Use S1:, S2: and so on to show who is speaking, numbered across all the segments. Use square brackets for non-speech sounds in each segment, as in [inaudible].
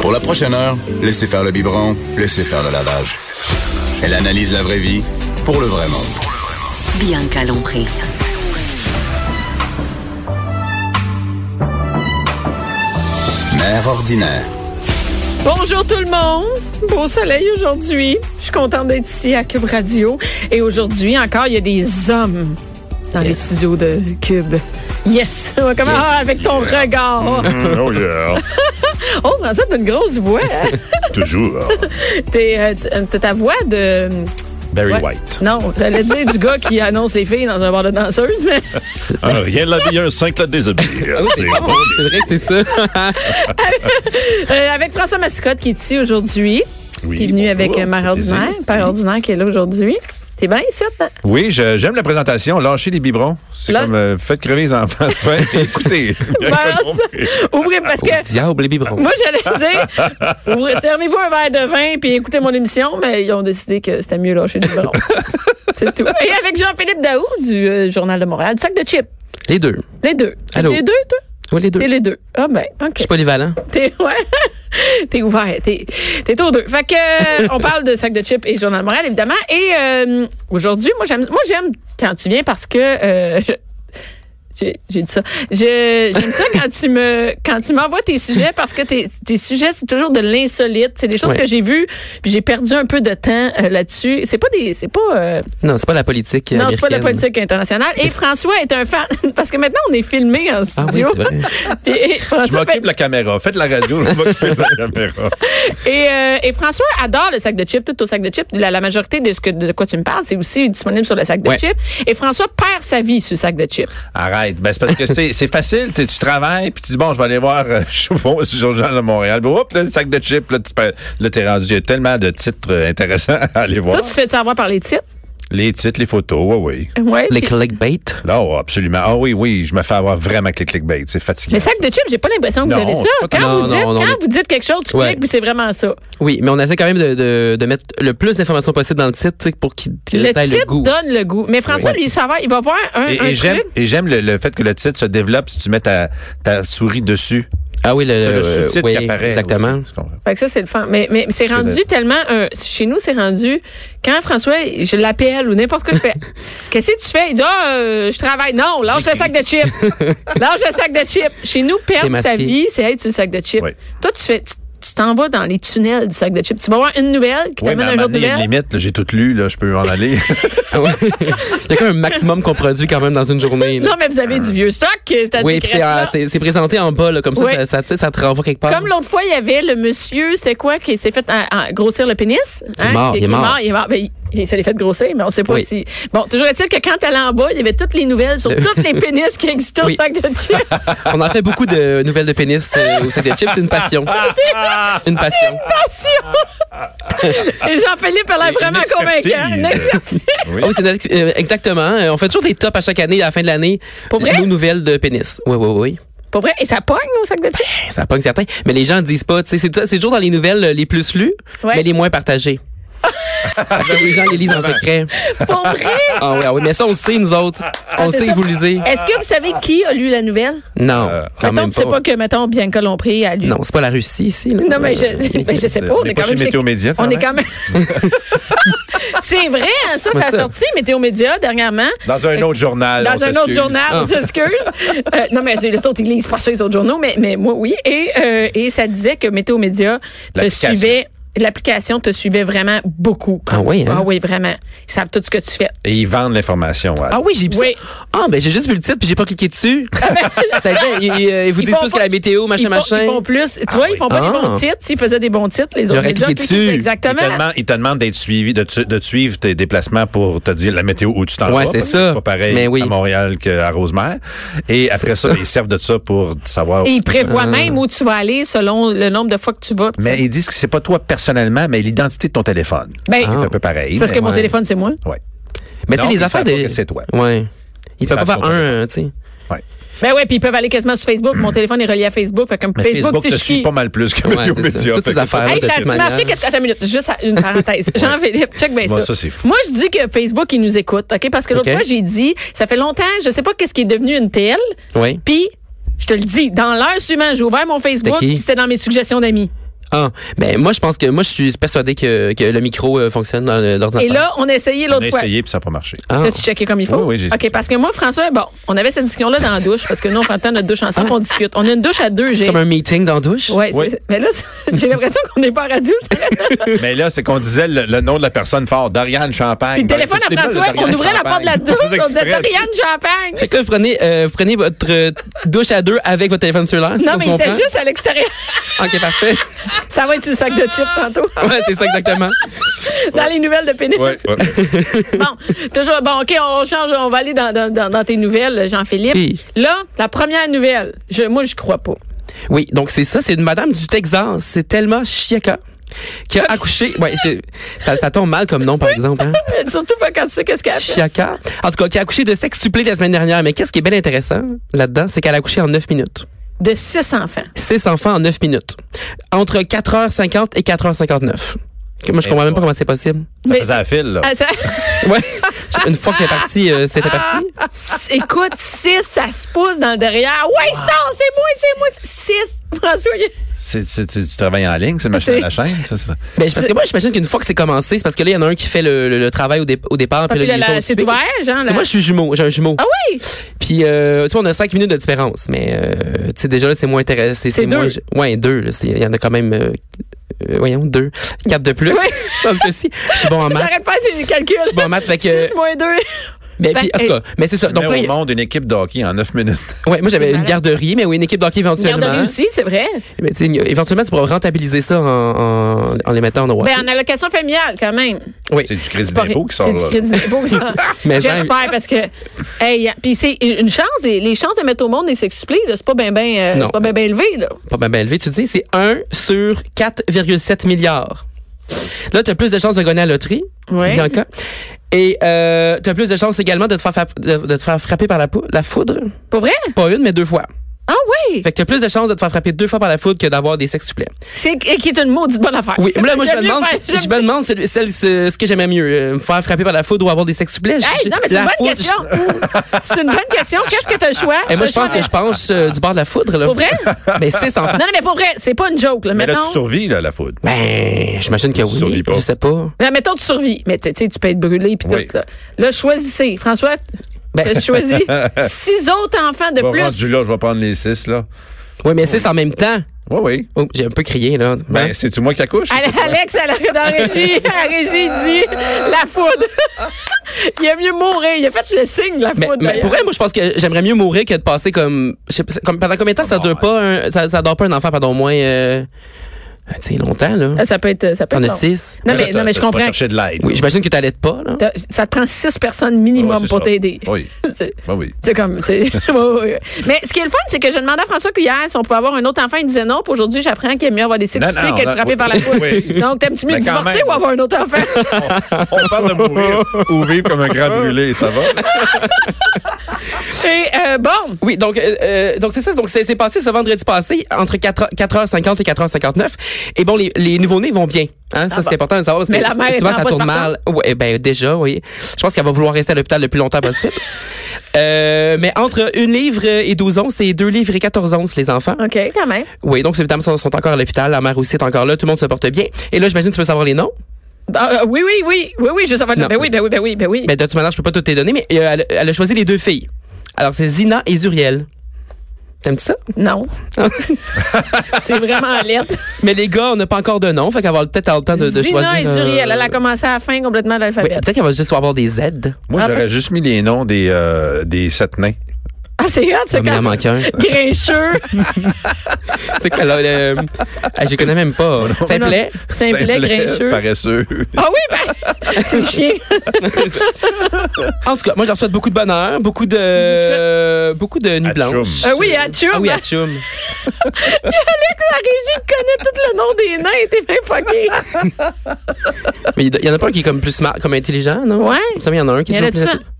S1: Pour la prochaine heure, laissez faire le biberon, laissez faire le lavage. Elle analyse la vraie vie pour le vrai monde.
S2: Bianca Lompré.
S1: Mère ordinaire.
S3: Bonjour tout le monde. Beau soleil aujourd'hui. Je suis contente d'être ici à Cube Radio. Et aujourd'hui encore, il y a des hommes dans les studios de Cube. Yes. [laughs] On va commencer ah, avec ton regard.
S4: Mm, oh yeah,
S3: Oh, Vincent, t'as une grosse voix. hein?
S4: toujours.
S3: T'es, euh, tu- euh, T'as ta voix de...
S4: Barry
S3: Ouais.
S4: White.
S3: Non, j'allais dire du gars qui annonce les filles dans un bar de danseuse, mais
S4: Ah, rien de l'habiller, un 5 la déshabiller.
S5: Ah,
S4: C'est bon.
S6: C'est vrai que c'est ça.
S3: euh, avec François Mascotte qui est ici aujourd'hui.
S4: Oui,
S3: qui est venu
S4: bonjour.
S3: avec euh, Mère
S4: Plaisir.
S3: Ordinaire, Père Ordinaire qui est là aujourd'hui. T'es bien ici, hein?
S5: Oui, je- j'aime la présentation. Lâchez les biberons. C'est
S3: Là- Bah,
S5: comme euh, faites crever les [laughs] enfants. Enfin, [laughs] écoutez.
S4: Bien
S3: Balance.
S4: compris.
S3: Ouvrez parce que
S6: Diable, les
S3: [laughs]
S6: biberons.
S3: Moi, j'allais dire, ouvrez- servez-vous un verre de vin puis écoutez mon émission, mais ils ont décidé que c'était mieux lâcher du
S6: [laughs]
S3: ballon. C'est tout. Et avec Jean-Philippe Daou du euh, Journal de Montréal, sac de chips.
S6: Les deux.
S3: Les deux. T'es
S6: Allô?
S3: Les deux, toi?
S6: Oui, les deux.
S3: T'es
S6: Je
S3: les deux. Ah ben, OK.
S6: suis polyvalent.
S3: T'es, [laughs] ouais. T'es ouvert. T'es, t'es aux deux. Fait que, euh, on parle de sac de chips et Journal de Montréal, évidemment. Et euh, aujourd'hui, moi, j'aime moi j'aime quand tu viens parce que... euh, je- j'ai, j'ai dit ça. Je, j'aime ça quand tu me quand tu m'envoies tes sujets parce que tes, tes sujets c'est toujours de l'insolite, c'est des choses
S6: Ouais.
S3: que j'ai vues puis j'ai perdu un peu de temps euh, là-dessus. C'est pas des c'est pas euh,
S6: Non, c'est pas la politique.
S3: non, c'est pas de la
S6: américaine.
S3: politique internationale et François est un fan [laughs] parce que maintenant on est filmé en
S6: Ah oui,
S3: studio.
S6: c'est vrai.
S3: [laughs] Puis eh, François
S5: Je m'occupe de la caméra. Faites de la radio, je m'occupe de la caméra.
S3: [laughs] Et, euh, et François adore le sac de chips, tout au sac de chips. La, la majorité de ce que de quoi tu me parles, c'est aussi disponible sur le sac de
S6: Ouais.
S3: chips. Et François perd sa vie sur le sac de chips.
S5: Arrête. Ben, c'est parce que c'est c'est facile. T'es- Tu travailles, puis tu dis, bon, je vais aller voir euh, je sais pas, sur le journal de Montréal. Puis, hop, là, le sac de chips, là, tu peux- là, t'es rendu. Il y a tellement de titres euh, intéressants à aller voir.
S3: Toi, tu te fais savoir par les titres.
S5: Les titres, les photos, oui, oui.
S3: Ouais.
S6: Les
S3: puis-
S6: clickbait.
S5: Là, oh, absolument. Ah oui, oui, je me fais avoir vraiment avec les clickbait. C'est fatigué.
S3: mais sac de chips, j'ai pas l'impression que
S5: Non,
S3: vous avez ça.
S5: c'est pas
S3: Quand,
S6: tant-
S3: vous,
S6: non,
S3: dites,
S6: non, non,
S3: quand
S6: mais-
S3: vous dites quelque chose, tu
S6: Ouais.
S3: cliques, puis c'est vraiment ça.
S6: Oui, mais on essaie quand même de, de, de mettre le plus d'informations possible dans le titre tu sais, pour qu'il qu'il
S3: Le
S6: aille
S3: titre
S6: le goût.
S3: donne le goût. Mais François, lui, il s'en va, il va voir un,
S5: Et,
S3: un
S5: et j'aime
S3: truc.
S5: et j'aime le, le fait que le titre se développe si tu mets ta, ta souris dessus.
S6: Ah oui, le,
S5: le
S6: euh,
S5: sous-titre
S6: oui,
S5: qui apparaît.
S6: Exactement.
S5: aussi, tu comprends.
S3: Fait que ça, c'est le fun. Mais, mais c'est rendu tellement un- Chez nous, c'est rendu. Quand François, je l'appelle ou n'importe quoi, je fais. Qu'est-ce que tu fais? Il dit, ah, euh, je travaille. Non, lâche le sac de chips. lâche le sac de chips. Chez nous, perdre sa
S6: masqué.
S3: vie, c'est être sur le sac de chips.
S5: Oui.
S3: Toi, tu fais. tu- Tu t'en vas dans les tunnels du sac de chips. Tu vas voir une nouvelle qui
S5: Oui, mais
S3: t'amène
S5: à un
S3: une
S5: moment
S3: autre
S5: donné, il y a une
S3: nouvelle.
S5: limite. là, J'ai tout lu, là, je peux
S3: [laughs]
S5: en aller.
S6: Ah ouais. Il y a quand même un maximum qu'on produit quand même dans une journée. là.
S3: Non, mais vous avez du vieux stock. t'as
S6: oui,
S3: des
S6: puis c'est,
S3: créations.
S6: ah, c'est, c'est présenté en bas, là, comme ça,
S3: Oui.
S6: ça, ça, tu sais, ça te renvoie quelque part.
S3: Comme l'autre fois, il y avait le monsieur, c'est quoi, qui s'est fait ah, ah, grossir le pénis.
S6: est mort,
S3: Qui-
S6: il est
S3: qui
S6: mort.
S3: Il est mort. Ben, il- il se l'est fait grossir, mais on sait pas
S6: Oui.
S3: si. Bon, toujours est-il que quand t'allais en bas, il y avait toutes les nouvelles sur tous les pénis qui existaient au
S6: Oui.
S3: sac de
S6: [laughs]
S3: chips.
S6: On en fait beaucoup de nouvelles de pénis euh, au sac de chips. C'est
S3: [laughs]
S6: une passion. une passion.
S3: Passion! [laughs] Et Jean-Philippe a l'air vraiment
S5: expertise.
S3: convaincant. Une expertise.
S5: Oui.
S6: Oh, c'est une ex- euh, exactement. Euh, On fait toujours des tops à chaque année, à la fin de l'année.
S3: Pour vrai?
S6: Nos nouvelles de pénis. Oui, oui, oui.
S3: Pour vrai, et ça pogne au sac de chips.
S6: Ça pogne certain. Mais les gens disent pas. tu sais, C'est, tout- c'est toujours dans les nouvelles euh, les plus lues,
S3: Ouais.
S6: mais les
S3: [laughs]
S6: moins partagées. Parce que les gens les lisent en secret.
S3: Pour vrai?
S6: Ah oui, ah oui. Mais ça, on le sait, nous autres. On
S3: Ah,
S6: le
S3: c'est
S6: sait
S3: ça.
S6: que vous lisez.
S3: Est-ce que vous savez qui a lu la nouvelle?
S6: Non, quand
S3: mettons,
S6: même
S3: tu sais pas
S6: pas.
S3: que, mettons, Bianca Lompré a lu.
S6: Non, c'est pas la Russie ici. là.
S3: [laughs]
S6: Euh,
S3: Non, mais je, ben, je sais pas.
S5: On
S3: On
S5: n'est
S3: est
S5: pas
S3: quand même
S5: chez Météo Média, quand
S3: On est
S5: même.
S3: quand même. [laughs] c'est vrai, hein, ça,
S6: Ouais,
S3: ça a
S6: ça.
S3: sorti Météo Média dernièrement.
S5: Dans un autre journal. on
S3: Dans un autre
S5: s'excuse. Ah.
S3: journal, on s'excuse. Euh, non, mais les autres, ils lisent pas ça, les autres journaux, mais, mais moi, oui. Et, euh, et ça disait que Météo Média te
S5: L'application.
S3: suivait, l'application te suivait vraiment beaucoup.
S6: Ah oui, hein?
S3: Ah oui, vraiment. Ils savent tout ce que tu fais.
S5: Et ils vendent l'information. ouais.
S6: Ah oui, j'ai vu
S3: Oui. Ah, ben.
S6: ça. Ah, ben j'ai juste vu le titre puis j'ai pas cliqué dessus. [laughs] ça veut dire, ils, euh, ils vous
S3: Ils
S6: disent
S3: font
S6: plus
S3: pas-
S6: que la météo, machin,
S3: ils, font,
S6: machin.
S3: ils font plus. Tu vois, ils font pas
S6: Ah.
S3: des bons titres. S'ils faisaient des bons titres, les autres
S6: J'aurais
S3: médias
S6: cliqué
S3: cliquaient
S6: dessus.
S5: Ils te,
S3: Exactement.
S5: demandent, ils te demandent d'être suivi, de, te- de te suivre tes déplacements pour te dire la météo où tu t'en
S6: Ouais,
S5: vas.
S6: c'est
S5: parce
S6: ça.
S5: que pas pareil
S6: Mais oui.
S5: à Montréal qu'à Rosemère. Et après ça, ils servent de ça pour savoir.
S3: Et ils prévoient même où tu vas aller selon le nombre de fois que tu vas.
S5: Ah. Mais ils disent que c'est pas toi personnellement, mais l'identité de ton téléphone.
S3: Ben,
S5: C'est un peu pareil.
S3: c'est parce que
S5: mais-
S3: mon
S6: ouais.
S3: téléphone, c'est moi.
S5: Ouais.
S6: Mais tu sais,
S5: Non,
S6: les
S5: ils
S6: affaires
S5: savent
S6: de.
S5: pas que c'est toi.
S6: Ouais. Ils peuvent
S5: savent
S6: pas faire
S5: pas
S6: un,
S5: que-
S6: euh, tu sais.
S5: Ouais.
S3: Ben ouais, puis ils peuvent aller quasiment sur Facebook. Mon téléphone est relié à Facebook. Fait que
S5: Mais
S3: Facebook,
S5: Facebook,
S3: c'est
S5: te suit
S3: chiant.
S5: pas mal plus que
S6: Ouais,
S5: Météo
S6: c'est ça.
S5: Média.
S6: Toutes
S5: Fait
S6: ces
S5: que-
S6: affaires-là
S3: Hey,
S6: de
S3: ça
S6: toute
S3: a-tu
S6: manière.
S3: marché? Qu'est-ce que... Attends une minute. Juste à- une
S5: [laughs]
S3: parenthèse. Jean-Philippe, check bien
S5: Bon,
S3: ça.
S5: ça, c'est fou.
S3: Moi, je dis que Facebook, ils nous écoutent, OK? Parce que l'autre
S6: OK.
S3: fois, j'ai dit, ça fait longtemps, je sais pas qu'est-ce qui est devenu une TL.
S6: Oui.
S3: Puis, je te le dis, dans l'heure suivante, j'ai ouvert mon Facebook,
S6: C'était qui?
S3: puis c'était dans mes suggestions d'amis.
S6: Ah, ben moi je pense que moi je suis persuadé que, que le micro euh, fonctionne dans le-
S3: Et
S6: l'ordinateur.
S3: là, on a essayé
S5: Ah, On a
S3: l'autre fois.
S5: essayé, puis ça n'a pas marché.
S6: Ah.
S3: T'as-tu checké comme il faut?
S5: Oui, oui, j'ai checké.
S3: OK, parce que moi, François, bon, on avait cette discussion-là dans la douche, parce que nous, on prend notre douche
S5: Ah.
S3: ensemble, on discute. On a une douche à deux,
S6: C'est
S3: j'ai.
S6: comme un meeting dans la douche.
S3: Ouais, c'est-
S5: Oui.
S3: mais là, j'ai l'impression qu'on n'est pas à radio.
S5: [laughs] Mais là, c'est qu'on disait le, le nom de la personne fort, Darianne Champagne. Ben,
S3: Puis le téléphone
S5: Faut que
S3: à
S5: tu débats de
S3: François, on
S5: Darianne
S3: ouvrait la porte de la
S5: Champagne.
S3: douche,
S5: Fais
S3: on disait
S5: exprès.
S3: Darianne Champagne.
S6: Fait que là, prenez, euh, prenez votre euh, douche à deux avec votre téléphone cellulaire. si
S3: Non,
S6: on
S3: mais
S6: se
S3: il était
S6: comprend.
S3: juste à l'extérieur.
S6: OK, parfait. [laughs]
S3: Ça va être sur le sac de chips tantôt.
S6: ouais, c'est ça exactement.
S3: Dans les nouvelles de pénis.
S5: Ouais, ouais.
S3: Bon, toujours. Bon, OK, on change, on va aller dans, dans, dans, dans tes nouvelles, Jean-Philippe.
S6: Oui.
S3: Là, la première nouvelle. Je, moi, je crois
S5: [laughs]
S3: pas.
S6: Oui, donc c'est ça, c'est une madame du Texas, c'est tellement chiaca qui a accouché. Ouais, je- ça, ça tombe mal comme nom par exemple
S3: [laughs]
S6: hein.
S3: Surtout pas quand tu sais qu'est-ce qu'elle a fait.
S6: Chiaka. En tout cas, qui a accouché de sextuplé la semaine dernière, mais qu'est-ce qui est bien intéressant là-dedans, c'est qu'elle a accouché en 9 minutes.
S3: De six enfants.
S6: Six enfants en 9 minutes. Entre 4h50 et 4h59. Que
S3: Ben
S6: Moi, je comprends même pas comment c'est possible.
S5: Ça
S3: Mais-
S5: faisait la file, là.
S3: Ah, ça- [laughs]
S6: Ouais. Une fois que c'est parti, euh, c'était
S3: Ah!
S6: parti.
S3: écoute, six, ça se pousse dans le derrière. Ouais, ça, c'est moi, c'est moi. Six. François, il-
S5: C'est, c'est, c'est du travail en ligne, c'est machin à la chaîne, ça, ça.
S6: Ben, c'est parce que moi, j'imagine qu'une fois que c'est commencé, c'est parce que là, il y en a un qui fait le, le- le travail au, dé- au départ. puis
S3: Puis
S6: là,
S3: Ah, là,
S6: les
S3: la-
S6: autres
S3: c'est
S6: suivent.
S3: ouvert, genre.
S6: Parce
S3: là.
S6: que moi, je suis jumeau, j'ai un jumeau.
S3: Ah oui!
S6: Puis, euh, tu vois, on a cinq minutes de différence, mais euh, tu sais, déjà, là, c'est moins intéressant. C'est
S3: deux.
S6: moins- Ouais, deux. là. C'est- Il y en a quand même, euh, euh, voyons, deux. Quatre de plus. [laughs]
S3: Oui.
S6: Dans ce cas-ci, je suis
S3: [laughs]
S6: bon en maths.
S3: T'arrêtes pas tes calculs.
S6: suis bon en
S3: [laughs]
S6: maths, fait que-
S3: Six moins deux.
S6: Mais
S3: Ben,
S6: puis, en tout cas, mais c'est ça.
S5: Donc,
S6: Donc là, il-
S5: au monde une équipe de hockey en
S3: [laughs]
S5: 9 minutes.
S6: ouais, moi, j'avais une
S3: malade.
S6: garderie, mais oui, une équipe d'hockey éventuellement.
S3: Garderie aussi, c'est vrai.
S6: Mais tu sais, éventuellement, tu pourras rentabiliser ça en, en, en les mettant en droit.
S3: Ben, en allocation familiale, quand même.
S6: oui.
S5: C'est du crédit
S3: pas
S5: d'impôt
S3: vrai.
S5: qui sort là.
S3: C'est du crédit d'impôt qui sort.
S6: [laughs] Mais
S3: J'espère parce que. Hey, y a- puis c'est une chance, les, les chances de mettre au monde des sexuplés, là, c'est pas bien ben, euh,
S6: Non.
S3: c'est pas ben, ben élevé. Là.
S6: Pas bien élevé, tu dis, c'est 1 sur 4,7 milliards. Là, tu as plus de chances de gagner à la loterie,
S3: Ouais.
S6: Bianca. Et euh, tu as plus de chances également de te faire, frapp- de, de te faire frapper par la, pou- la foudre.
S3: Pour vrai?
S6: Pas une, mais deux fois.
S3: Ah oui!
S6: Fait que tu as plus de chances de te faire frapper deux fois par la foudre que d'avoir des sextuplets.
S3: C'est et qui est une maudite bonne affaire.
S6: Oui, mais là, moi, je me
S3: J'aime mieux
S6: demande,
S3: faire- j'aime-
S6: je me demande celui- celle- ce, ce que j'aimais mieux, euh, me faire frapper par la foudre ou avoir des sextuplets.
S3: Hey,
S6: Je-
S3: non, mais c'est
S6: la
S3: une bonne
S6: foudre,
S3: question. c'est une bonne question. Qu'est-ce que t'as le choix?
S6: je- Et Eh,
S3: T'as
S6: moi, je pense
S3: le
S6: que je
S3: choix
S6: pense euh, du bord de la foudre. Là.
S3: Pour vrai?
S6: Ben, six enfants.
S3: de- Non, non, mais pour vrai, c'est pas une joke. Là.
S5: Mais là,
S3: mettons,
S5: tu survis, là, la foudre.
S6: [laughs] Ben, j'imagine que oui.
S5: survis pas.
S6: Je sais pas.
S3: Non, mettons, tu survis. Mais tu sais, tu peux être brûlé puis
S5: Oui.
S3: tout. Là. là, choisissez. François,
S6: Ben-
S3: je
S6: [laughs]
S3: choisis six autres enfants de
S5: Je vais
S3: plus.
S5: rendu là, je vais prendre les 6, là.
S6: Oui, mais six en même temps.
S5: Oui, oui.
S6: Oh, j'ai un peu crié, là.
S5: Ben,
S6: Hein?
S5: c'est-tu moi qui accouche?
S3: Ale- Alex, à la, dans la régie, la régie dit la foudre. [laughs] il a mieux mourir. Il a fait le signe de la
S6: Mais-
S3: foudre.
S6: mais
S3: d'ailleurs.
S6: ben, pour vrai, moi, je pense que j'aimerais mieux mourir que de passer comme, je sais pas, comme pendant combien de temps
S5: Ah,
S6: ça dure pas un, ça, ça dort pas un enfant, pardon, au moins, euh, tu sais, longtemps, là.
S3: Ah, ça peut être. Ça peut
S6: T'en
S3: être
S6: as
S3: long.
S6: six.
S3: Non,
S5: Là,
S3: mais,
S5: t'as-
S3: non, mais je
S5: tu vas
S3: comprends.
S5: chercher de l'aide.
S6: Oui, j'imagine que t'allais pas, là.
S3: T'as- Ça te prend six personnes minimum
S5: Ah Ouais, c'est
S3: pour
S5: ça.
S3: t'aider.
S5: Oui.
S3: [laughs] C'est-
S5: Ben oui.
S3: C'est comme. c'est- [laughs] ouais, ouais, ouais. Mais ce qui est le fun, c'est que je demandais à François qu'hier, si on pouvait avoir un autre enfant, il disait non. Puis aujourd'hui, j'apprends qu'il aime mieux avoir des
S5: Non,
S3: sexuplés
S5: non,
S3: qu'être
S5: non,
S3: frappé
S5: oui.
S3: par la foudre.
S5: Oui.
S3: Donc, t'aimes-tu mieux
S5: Mais quand
S3: divorcer
S5: même.
S3: ou avoir un autre
S6: [laughs]
S3: enfant?
S5: On parle de mourir ou vivre comme un grand brûlé, ça va?
S3: Et euh, bon,
S6: Oui, donc euh, euh, donc c'est ça. Donc c'est c'est passé ce vendredi passé entre 4 4h50 et 4h59. Et bon, les, les nouveau-nés vont bien. Hein, ça, c'est
S3: Ah bon.
S6: important de savoir. Parce
S3: Mais
S6: que
S3: la mère est
S6: souvent,
S3: en
S6: ça tourne mal.
S3: postpartum.
S6: Ouais, ben déjà, oui. Je pense qu'elle va vouloir rester à l'hôpital le plus longtemps
S3: [laughs]
S6: possible. Euh, mais entre une livre et 12 onces, c'est deux livres et 14 onces, les enfants.
S3: OK, quand même.
S6: Oui, donc évidemment, ils sont, sont encore à l'hôpital. La mère aussi est encore là. Tout le monde se porte bien. Et là, j'imagine que tu peux savoir les noms.
S3: Ah, euh, oui, oui, oui. Oui, oui, je veux savoir.
S6: Non.
S3: Ben oui, ben oui, ben oui, ben oui.
S6: Mais de toute manière, je peux pas toutes les donner, mais euh, elle, elle a choisi les deux filles. Alors, c'est Zina et Zuriel. T'aimes-tu ça? [laughs]
S3: Non. c'est vraiment laid.
S6: Mais les gars, on n'a pas encore de nom, fait qu'elle va peut-être avoir le temps de, de choisir.
S3: Zina et
S6: euh,
S3: Zuriel, elle a commencé à la fin complètement de
S6: oui,
S3: l'alphabet.
S6: peut-être qu'elle va juste avoir des Z. Ah,
S5: Moi, j'aurais juste mis les noms des, euh, des sept nains.
S3: ah, c'est hot,
S6: Non,
S3: c'est
S6: mais il en
S3: quand
S6: manque un.
S3: Grincheux.
S6: C'est quoi, là? le- Ah, je les connais même pas. Simplet.
S3: Simplet, grincheux.
S5: Paresseux.
S3: Ah oui, ben, [laughs] c'est le chien.
S6: En tout cas, moi, je leur souhaite beaucoup de bonheur, beaucoup de, beaucoup de nuits
S5: Atchoum.
S6: blanches.
S3: Ah oui, Atchoum.
S6: Ah oui, Atchoum.
S3: [laughs] Alex, la régie connaît tout le nom des nains. T'es bien fucké.
S6: Mais il y en a pas un qui est comme plus smart, comme intelligent, non?
S3: Ouais.
S6: Il me semble qu'il y en a un qui
S3: Il
S6: est
S3: y en a
S6: toujours
S3: de
S6: plus
S3: ça.
S6: intelligent.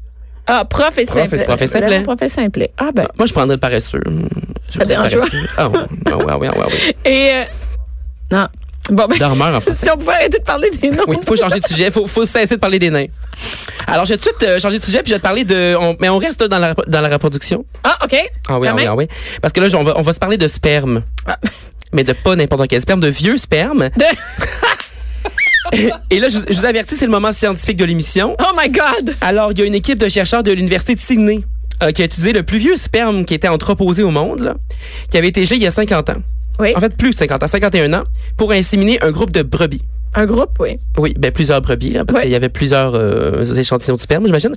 S3: Ah, prof et simple.
S6: prof et simplet.
S3: Vraiment, Prof et simplet. Ah ben.
S6: Moi, je prendrais le paresseux. Hmm, Je
S3: Ça te dérange
S6: prendrais le
S3: pas?
S6: paresseux. Ah, ouais, ouais, ouais, ouais, ouais.
S3: Et euh, non. Bon ben.
S6: Dormeur, en
S3: [laughs]
S6: français.
S3: si on pouvait arrêter de parler des noms.
S6: Oui, faut changer de sujet, faut, faut cesser de parler des nains. Alors, je vais tout de suite euh, changer de sujet, puis je vais te parler de... on- mais on reste dans la, dans la reproduction.
S3: Ah ok.
S6: Ah oui,
S3: Quand
S6: ah oui,
S3: même.
S6: ah oui. Parce que là, on va, on va se parler de sperme.
S3: Ah.
S6: [laughs] mais de pas n'importe quel sperme, de vieux sperme. Et là, je, vous- je vous avertis, c'est le moment scientifique de l'émission.
S3: Oh my God!
S6: Alors, il y a une équipe de chercheurs de l'Université de Sydney euh, qui a étudié le plus vieux sperme qui était entreposé au monde, là, qui avait été gelé il y a 50 ans.
S3: Oui.
S6: En fait, plus de 50 ans, 51 ans, pour inséminer un groupe de brebis.
S3: Un groupe, oui.
S6: Oui, ben plusieurs brebis, là, parce
S3: Ouais.
S6: qu'il y avait plusieurs euh, échantillons de sperme, j'imagine.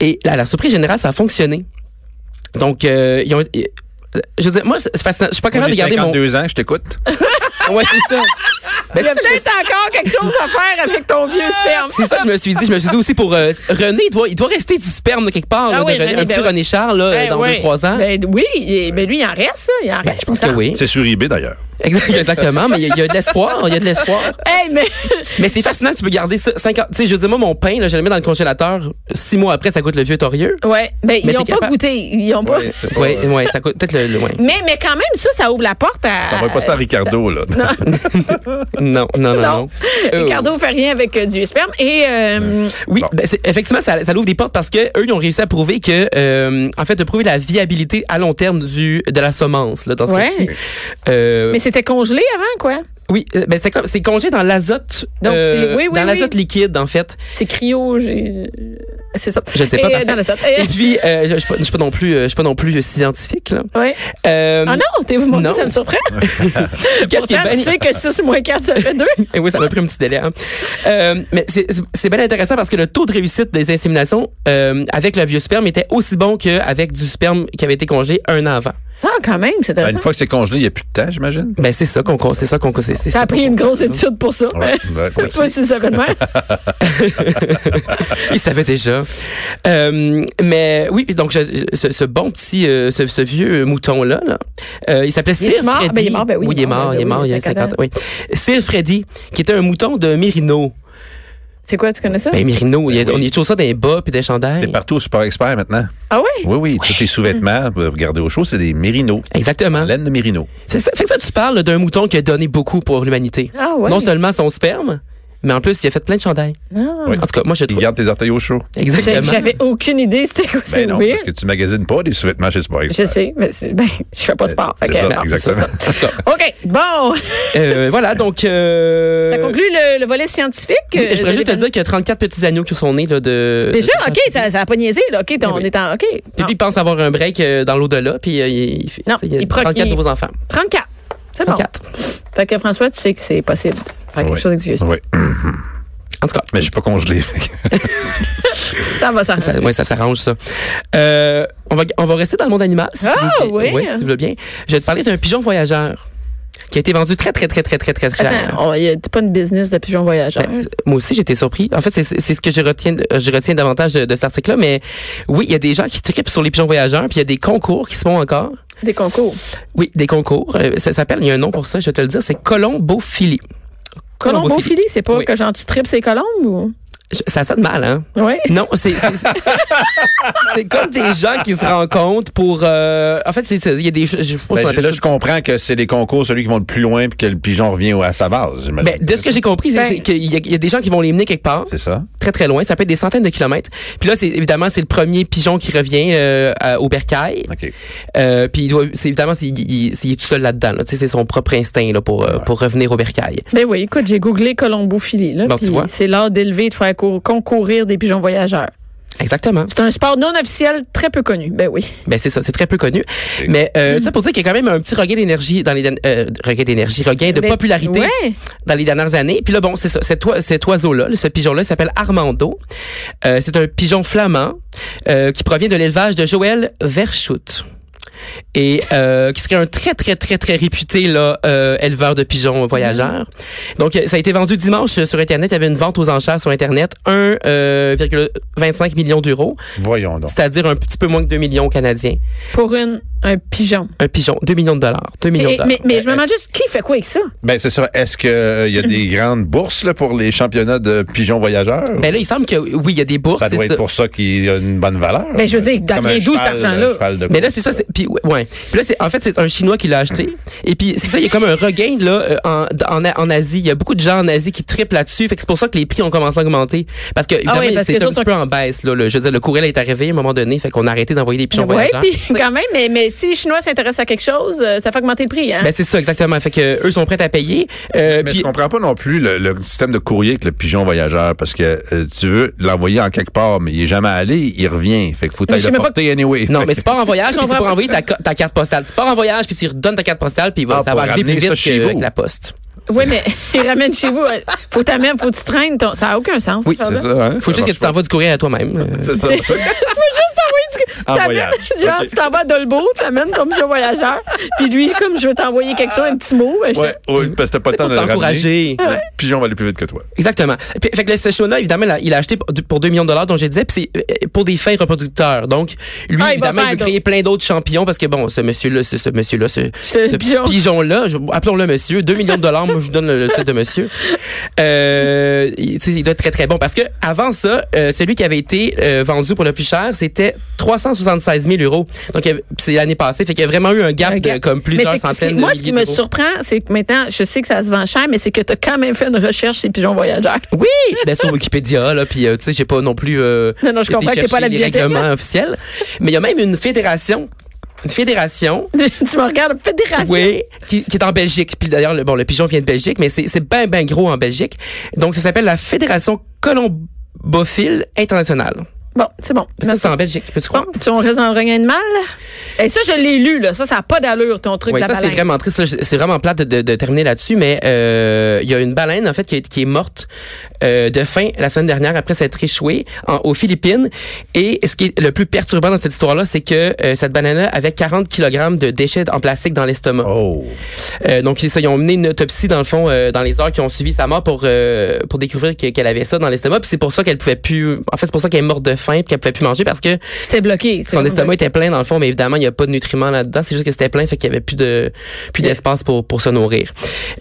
S6: Et là, à la surprise générale, ça a fonctionné. Donc, euh, ils ont... ils- Je veux dire, moi, c'est fascinant. Je suis pas
S5: Moi,
S6: capable de
S5: j'ai
S6: garder
S5: 52 ans, je t'écoute.
S6: mon... Ouais, c'est ça. Ben,
S3: Il y a
S6: c'est ça que je- Ah!
S3: peut-être encore quelque chose à faire avec ton vieux sperme.
S6: c'est ça que je me suis dit. Je me suis dit aussi pour euh, René, il doit, il doit rester du sperme de quelque part.
S3: Ah
S6: là, de
S3: oui,
S6: René-
S3: René,
S6: un
S3: ben
S6: petit
S3: oui.
S6: René Charles là,
S3: Ben
S6: euh, dans
S3: oui.
S6: 2-3 ans. Ben,
S3: Ben oui, il- ben lui, il en reste, ça. Il en reste.
S6: je pense que oui.
S4: C'est sur eBay d'ailleurs.
S6: Exact- Exactement, mais il y, a- il y a de l'espoir. Il y a de l'espoir.
S3: Hey, mais. [laughs]
S6: Mais c'est fascinant, tu peux garder ça 50. Tu sais, je veux dire, moi, mon pain, là, je le mets dans le congélateur. Six mois après, ça goûte le vieux torieux.
S3: Ouais, ben,
S6: Mais
S3: ils n'ont
S6: t'es
S3: pas
S6: capable-
S3: goûté. Ils ont pas.
S5: Ouais, c'est pas- euh,
S6: Oui, ouais, ça coûte peut-être le. le- ouais.
S3: Mais, mais quand même, ça, ça ouvre la porte à.
S5: T'envoies pas ça à Ricardo, là.
S6: Non, non, non,
S3: Non.
S6: non. Euh,
S3: Ricardo fait rien avec euh, du sperme. Et. euh,
S6: Oui, ben, c'est- effectivement, ça, ça l'ouvre des portes parce que eux, ils ont réussi à prouver que, euh, en fait, de prouver la viabilité à long terme du de la semence là, dans ce
S3: Ouais.
S6: cas-ci. Euh,
S3: Mais c'était congelé avant, quoi.
S6: oui, euh, ben c'était comme c'est congé dans l'azote,
S3: Donc,
S6: euh,
S3: c'est- oui, oui,
S6: dans
S3: oui.
S6: l'azote liquide en fait.
S3: C'est cryo. j'ai- euh, C'est ça.
S6: Je sais pas,
S3: Et, euh,
S6: parfait.
S3: dans la sorte.
S6: Et
S3: Et-
S6: puis, euh, je je suis pas, je suis pas non plus, euh, je suis pas non plus scientifique là.
S3: Ouais.
S6: Euh,
S3: Ah non, t'es vous
S6: non.
S3: ça me surprend.
S6: qu'est-ce qui est
S3: Pourtant, tu
S6: bien-
S3: sais que 6 moins 4, ça fait 2.
S6: Eh oui, ça m'a pris un petit délai. hein. Euh, mais c'est- c'est c'est bien intéressant parce que le taux de réussite des inséminations euh, avec le vieux sperme était aussi bon qu'avec du sperme qui avait été congelé un an avant.
S3: Ah, quand même, c'est
S5: Ben,
S3: intéressant.
S5: une fois que c'est congelé, il n'y a plus de temps, j'imagine.
S6: Ben c'est ça qu'on c'est ça qu'on c'est- c'est
S3: T'as
S6: ça
S3: pris
S6: qu'on-
S3: une grosse étude pour ça.
S5: Ouais, ben, ouais,
S3: [laughs] Toi, tu
S5: merci.
S3: le savais de même.
S6: Il savait déjà. Euh, mais oui, puis donc je- je- ce, ce bon petit, euh, ce, ce vieux mouton là, euh, il s'appelait
S3: Il est
S6: Sir
S3: mort?
S6: Freddy.
S3: Ben, il est mort, ben oui,
S6: il est mort, il est
S3: ben
S6: mort,
S3: oui,
S6: il y a
S3: 50 ans.
S6: 50 oui. Sir Freddy, qui était un mouton de Mirino.
S3: C'est quoi, tu connais ça?
S6: Ben Mirino, il y a- on y trouve ça dans les bas puis des
S5: C'est
S6: chandails.
S5: partout au Super Expert maintenant.
S3: Ah ouais?
S5: Oui, oui, tous les sous-vêtements, euh, regardez au chaud, c'est des mérinos.
S6: Exactement.
S5: Laine de mérino.
S6: C'est ça, fait que ça, tu parles là, d'un mouton qui a donné beaucoup pour l'humanité.
S3: Ah ouais.
S6: Non seulement son sperme, mais en plus, il a fait plein de chandails.
S3: Ah.
S5: Oui.
S6: En tout cas, moi, je
S5: Ils
S6: trouve.
S5: gardent tes orteils au chaud.
S3: J'ai-
S6: Exactement.
S3: J'avais aucune idée c'était quoi. C'est
S5: Ben non,
S3: weird.
S5: parce que tu magasines pas des sous-vêtements chez Sport
S3: Je
S5: Expert.
S3: sais, mais c'est- ben, [laughs] je fais pas de sport.
S6: Euh,
S5: C'est
S3: Ok,
S5: ça,
S3: non, c'est
S5: exactement.
S6: En tout cas,
S3: ça. OK, bon. [laughs]
S6: euh, voilà, donc. euh,
S3: Ça conclut le, le volet scientifique.
S6: Oui,
S3: euh,
S6: je voudrais
S3: de
S6: juste te
S3: l'événement.
S6: dire qu'il y a 34 petits agneaux qui sont nés là, de.
S3: Déjà,
S6: de-
S3: OK, ça Eh n'a pas niaisé. Là. OK, on est en. OK.
S6: Puis
S3: non.
S6: lui, il pense avoir un break euh, dans l'au-delà, puis euh, il, il fait-
S3: Non,
S6: tu sais, il y a
S3: il proc-
S6: 34
S3: il-
S6: nouveaux enfants.
S3: 34. C'est bon.
S6: 34.
S3: Fait que François, tu sais que c'est possible. Faire quelque
S5: Oui.
S3: chose avec du vieux sperme.
S5: Oui,
S6: En tout cas,
S5: mais je suis pas congelé.
S3: Ça va, ça.
S6: ça, ouais, ça s'arrange, ça. Euh, on, va, on va rester dans le monde animal. Si
S3: Ah,
S6: tu veux bien.
S3: oui.
S6: Ouais, si tu veux bien. Je vais te parler d'un pigeon voyageur qui a été vendu très, très, très, très, très, très cher.
S3: Attends, il n'y a pas une business de pigeon voyageur.
S6: Ben, moi aussi, j'étais surpris. En fait, c'est- c'est c'est ce que je retiens, euh, je retiens davantage de, de cet article-là. Mais oui, il y a des gens qui tripent sur les pigeons voyageurs, puis il y a des concours qui se font encore.
S3: Des concours.
S6: Oui, des concours. Euh, ça s'appelle, il y a un nom pour ça, je vais te le dire, c'est colombophilie.
S3: Colombophilie, c'est pas
S6: Oui.
S3: que genre tu tripes ses colombes ou.
S6: Je- Ça sonne mal, hein?
S3: Oui.
S6: Non, c'est c'est- c'est- [laughs] c'est comme des gens qui se rencontrent pour. euh, en fait, c'est- c'est- il y a des. Je, je sais pas si on
S5: Ben,
S6: appelle
S5: là,
S6: ça-
S5: je comprends que c'est des concours, celui qui va le plus loin, puis que le pigeon revient au- à sa base, j'imagine.
S6: Ben, de ce que j'ai compris, c'est
S3: Ben-
S6: c'est qu'il y, a- il y a des gens qui vont les mener quelque part,
S5: C'est ça?
S6: très très loin. Ça peut être des centaines de kilomètres. Puis là, c'est évidemment c'est le premier pigeon qui revient euh, à- au bercail.
S5: OK.
S6: Euh, puis il doit, c'est évidemment s'il il- il- s'il est tout seul là-dedans, là, tu sais, c'est son propre instinct là pour euh, pour revenir au bercail.
S3: Ben oui, écoute, j'ai googlé colombophilie. Là,
S6: Bon, tu
S3: puis
S6: vois.
S3: C'est l'art d'élever et de faire cour- concourir des pigeons voyageurs.
S6: Exactement.
S3: C'est un sport non officiel très peu connu. Ben oui.
S6: Ben c'est ça, c'est très peu connu. Mais euh, tout ça pour dire qu'il y a quand même un petit regain d'énergie dans les derni- euh, regain d'énergie, regain de
S3: Ben,
S6: popularité
S3: ouais.
S6: dans les dernières années. Puis là bon, c'est ça, cet, oi- cet oiseau-là, ce pigeon-là il s'appelle Armando. Euh, c'est un pigeon flamand euh, qui provient de l'élevage de Joël Verschout. Et euh, qui serait un très très très très réputé là euh, éleveur de pigeons voyageurs. Donc euh, ça a été vendu dimanche euh, sur internet. Il y avait une vente aux enchères sur internet 1,25 millions d'euros,
S5: Voyons donc.
S6: c'est-à-dire un petit peu moins que 2 millions canadiens
S3: Pour une, un pigeon.
S6: un pigeon, 2 millions de dollars. 2 millions de
S3: Et-
S6: dollars.
S3: mais mais je me demande juste qui fait quoi avec ça?
S5: Ben, c'est ça. Est-ce qu'il y a des grandes bourses là, pour les championnats de pigeons voyageurs?
S6: Ben là, il semble que oui, il y a des bourses.
S5: ça
S6: c'est
S5: doit être pour ça qu'il y a une bonne valeur.
S3: Ben, je veux dire,
S5: Comme
S3: d'où
S5: un
S3: cet
S5: cheval,
S3: argent-là?
S5: un cheval de
S6: Mais là,
S5: course.
S6: c'est ça. c'est- Puis ouais, ouais. Puis là, c'est en fait, c'est un Chinois qui l'a acheté. Et puis c'est ça, il y a comme un regain là euh, en, en, en Asie. Il y a beaucoup de gens en Asie qui triplent là-dessus. Fait que c'est pour ça que les prix ont commencé à augmenter. Parce que évidemment,
S3: Ah oui, parce
S6: c'est
S3: que
S6: un
S3: les
S6: petit peu en baisse là. Le, je veux dire, le courriel est arrivé à un moment donné. Fait qu'on a arrêté d'envoyer des pigeons
S3: Oui,
S6: voyageurs.
S3: puis quand même, mais, mais si les Chinois s'intéressent à quelque chose, euh, ça fait augmenter le prix. Hein?
S6: Ben, c'est ça, exactement. Fait que eux sont prêts à payer. Euh,
S5: Mais
S6: puis-
S5: je comprends pas non plus le, le système de courrier avec le pigeon voyageur parce que euh, tu veux l'envoyer en quelque part, mais il est jamais allé, il revient. Fait qu'il faut
S3: Mais
S5: t'aller
S3: je sais
S5: le
S3: même pas
S5: porter anyway.
S6: non, mais tu pars en voyage,
S3: Je
S6: puis c'est
S3: comprends
S6: pour
S3: pas.
S6: envoyer ta, ca- ta carte postale. Tu pars en voyage, puis tu redonnes ta carte postale, puis voilà,
S5: Ah,
S6: ça
S5: pour
S6: va arriver
S5: ramener
S6: plus
S5: ça
S6: vite
S5: chez
S6: que-
S5: vous.
S6: avec la poste.
S3: Oui, mais
S6: [laughs]
S3: ils ramènent chez vous. hein. Faut ta même, faut que tu traînes ton. Ça n'a aucun sens.
S6: Oui,
S3: cette
S5: C'est
S3: affaire-là.
S5: ça, hein?
S6: Faut juste que tu t'envoies du courrier à toi-même. Euh,
S5: C'est ça.
S3: [laughs] Faut
S5: En
S3: juste t'envoyer
S5: voyage.
S3: du. t'amènes- [laughs] Genre,
S5: Ok.
S3: tu t'en vas à Dolbeau, t'amènes ton pigeon voyageur. Puis lui, comme je veux t'envoyer quelque chose, un petit mot. ben, je
S5: Ouais, ouais, parce que t'as pas le temps
S6: pour
S5: de le ramener.
S6: t'encourager.
S5: Le pigeon va aller plus vite que toi.
S6: Exactement. Puis, fait que là, ce show-là, évidemment, là, il a acheté pour- pour 2 millions de dollars, dont je disais, puis c'est euh, pour des fins reproducteurs. Donc, lui,
S3: Ah, il va
S6: évidemment, il
S3: faire
S6: veut créer plein d'autres champignons parce que, bon, ce monsieur-là, ce, ce monsieur-là, ce,
S3: Ce pigeon.
S6: pigeon-là, je- appelons-le monsieur, 2 millions de dollars, moi, je vous donne le, le titre de monsieur. Euh, il, tu sais, il doit être très, très bon. Parce que avant ça, euh, celui qui avait été euh, vendu pour le plus cher, c'était 376 000 euros. Donc, il y avait- puis c'est l'année passée. Fait qu'il y a vraiment eu un gap,
S3: Un gap.
S6: de comme plusieurs
S3: Mais c'est- c'est-
S6: centaines
S3: Moi,
S6: de
S3: ce qui
S6: milliers
S3: me
S6: d'euros.
S3: surprend, c'est que maintenant, je sais que ça se vend cher, mais c'est que tu as quand même fait une recherche sur les pigeons voyageurs.
S6: Oui, ben sur Wikipédia là, puis euh, tu sais, j'ai pas non plus. euh,
S3: Non, non, je
S6: été
S3: comprends que t'es pas à la
S6: chercher les
S3: bibliothèque,
S6: règlements officiels, mais il y a même une fédération, une fédération.
S3: [laughs] tu me regardes, fédération.
S6: Oui, qui, qui est en Belgique. Puis d'ailleurs, le, bon, le pigeon vient de Belgique, mais c'est c'est ben, ben gros en Belgique. Donc, ça s'appelle la Fédération colombophile internationale.
S3: Bon, c'est bon.
S6: Ça, c'est en Belgique, peux-tu
S3: Bon,
S6: croire?
S3: tu on reste dans le rien de mal. Et ça, je l'ai lu, là. Ça, ça n'a pas d'allure, ton truc,
S6: Ouais,
S3: la
S6: ça, c'est
S3: baleine.
S6: vraiment triste. là. Je- C'est vraiment plate de, de- de terminer là-dessus, mais euh, il y a une baleine, en fait, qui, est- qui est morte euh, de faim la semaine dernière après s'être échouée en- aux Philippines. Et ce qui est le plus perturbant dans cette histoire-là, c'est que euh, cette baleine avait 40 kg de déchets en plastique dans l'estomac.
S5: Oh.
S6: Euh, donc, c'est ça, ils ont mené une autopsie, dans le fond, euh, dans les heures qui ont suivi sa mort pour, euh, pour découvrir que- qu'elle avait ça dans l'estomac. Puis c'est pour ça qu'elle pouvait plus... En fait, c'est pour ça qu'elle est morte de faim puis qu'elle pouvait plus manger parce que
S3: C'était bloqué. c'est
S6: son
S3: comme-
S6: estomac était plein dans le fond, mais évidemment, il n'y a pas de nutriments là-dedans. C'est juste que c'était plein, fait qu'il y avait plus de plus d'espace pour pour se nourrir.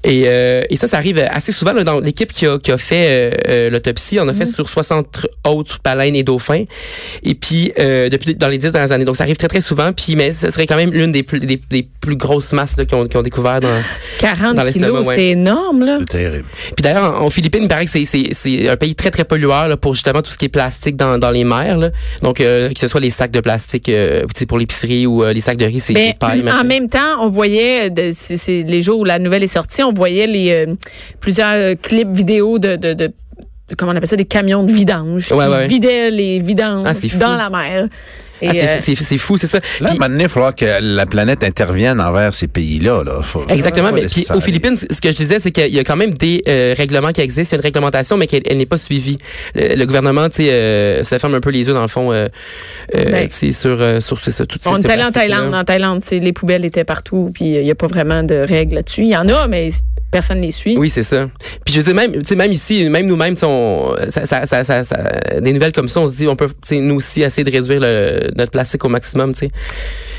S6: Et, euh, et ça, ça arrive assez souvent là, dans l'équipe qui a, qui a fait euh, euh, l'autopsie. On a fait sur 60 autres baleines et dauphins. Et puis euh, depuis dans les 10 dernières années, donc ça arrive très très souvent. Puis mais ce serait quand même l'une des plus des, des plus grosses masses là, qu'on qu'on découvert dans
S3: 40
S6: dans l'estomac,
S3: kilos,
S6: ouais.
S3: c'est énorme, là.
S5: C'est terrible.
S6: puis d'ailleurs, en, en Philippines, il paraît que c'est- c'est c'est un pays très, très pollueur là, pour justement tout ce qui est plastique dans, dans les mers. là. Donc, euh, que ce soit les sacs de plastique euh, tu sais, pour l'épicerie ou euh, les sacs de riz, c'est
S3: Ben,
S6: c'est pareil.
S3: en
S6: machin.
S3: même temps, on voyait, de- c'est- c'est les jours où la nouvelle est sortie, on voyait les euh, plusieurs euh, clips vidéo de, de, de- de- comment on appelle ça, des camions de vidange
S6: Ouais,
S3: qui
S6: ouais.
S3: vidaient les vidanges
S6: Ah, c'est fou.
S3: dans la mer. Et,
S6: Ah, c'est-
S3: euh,
S6: c'est c'est fou, c'est ça.
S5: Là, à un
S6: Puis-
S5: moment donné, il va falloir que la planète intervienne envers ces pays-là. Là. Faut-
S6: Exactement.
S5: faut
S6: Mais,
S5: laisser
S6: puis
S5: ça
S6: aux
S5: aller.
S6: Philippines, ce que je disais, c'est qu'il y a quand même des euh, règlements qui existent. Il y a une réglementation, mais qu'elle elle n'est pas suivie. Le, le gouvernement, tu sais, euh, se ferme un peu les yeux dans le fond, euh, euh,
S3: Ben,
S6: tu sais, sur euh, sur c'est ça, tout
S3: on est allé en Thaïlande. En Thaïlande, c'est- les poubelles étaient partout, puis il n'y a pas vraiment de règles là-dessus. Il y en a, mais personne ne les suit.
S6: Oui, c'est ça. Puis je veux dire, même, tu sais, même ici, même nous-mêmes, tu sais, on- ça, ça, ça, ça, ça- des nouvelles comme ça, on se dit, on peut, tu sais, nous aussi, essayer de réduire le- notre plastique au maximum, tu sais.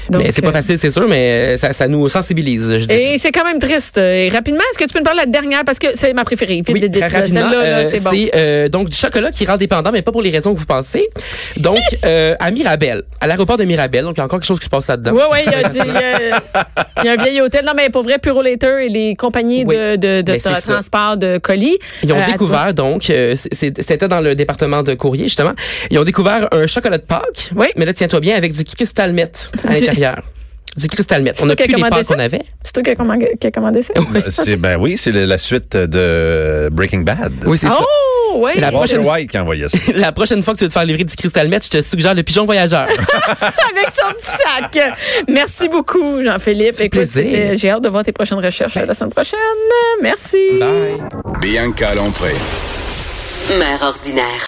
S3: Donc,
S6: mais c'est
S3: euh,
S6: pas facile, c'est sûr, mais ça, ça nous sensibilise, je dis.
S3: Et c'est quand même triste. Et rapidement, est-ce que tu peux me parler de la dernière? Parce que c'est ma préférée. Vite,
S6: Oui,
S3: vite, vite.
S6: très rapidement,
S3: Celle-là, là,
S6: euh,
S3: c'est bon.
S6: c'est euh, donc du chocolat qui rend dépendant, mais pas pour les raisons que vous pensez. Donc, euh, à Mirabel, à l'aéroport de Mirabel, donc il y a encore quelque chose qui se passe là-dedans.
S3: Oui, oui, il y a, du- il y a- il y a un vieil hôtel. Non, mais pour vrai, Purolator et les compagnies
S6: Oui.
S3: de, de, de
S6: Mais c'est
S3: tra-
S6: ça.
S3: transport de colis.
S6: Ils ont
S3: euh, à-
S6: découvert, donc, euh, c'est- c'est- c'était dans le département de courrier, justement, ils ont découvert un chocolat de Pâques,
S3: Oui.
S6: mais là, tiens-toi bien, avec du cristal meth à
S3: [laughs] Du-
S6: l'intérieur. Du cristal meth. On n'a
S3: toi
S6: plus
S3: qui as
S6: les
S3: commandé
S6: Pâques
S3: ça?
S6: qu'on avait.
S3: C'est toi qui as commandé, qui a commandé
S6: [laughs]
S3: ça?
S5: C'est, ben oui, c'est la la suite de Breaking Bad.
S6: Oui, c'est ça.
S3: Oh, oui.
S6: Et la
S5: Walter
S6: prochaine-
S5: White qui envoyait ça.
S6: La prochaine fois que tu veux te faire livrer du cristal meth, je te suggère le
S3: [laughs]
S6: pigeon voyageur.
S3: Avec son petit sac. Merci beaucoup, Jean-Philippe. Écoute,
S6: plaisir.
S3: c'était- J'ai hâte de voir tes prochaines recherches la semaine prochaine. Merci.
S6: Bye.
S1: Bianca Lompré.
S2: Mère ordinaire.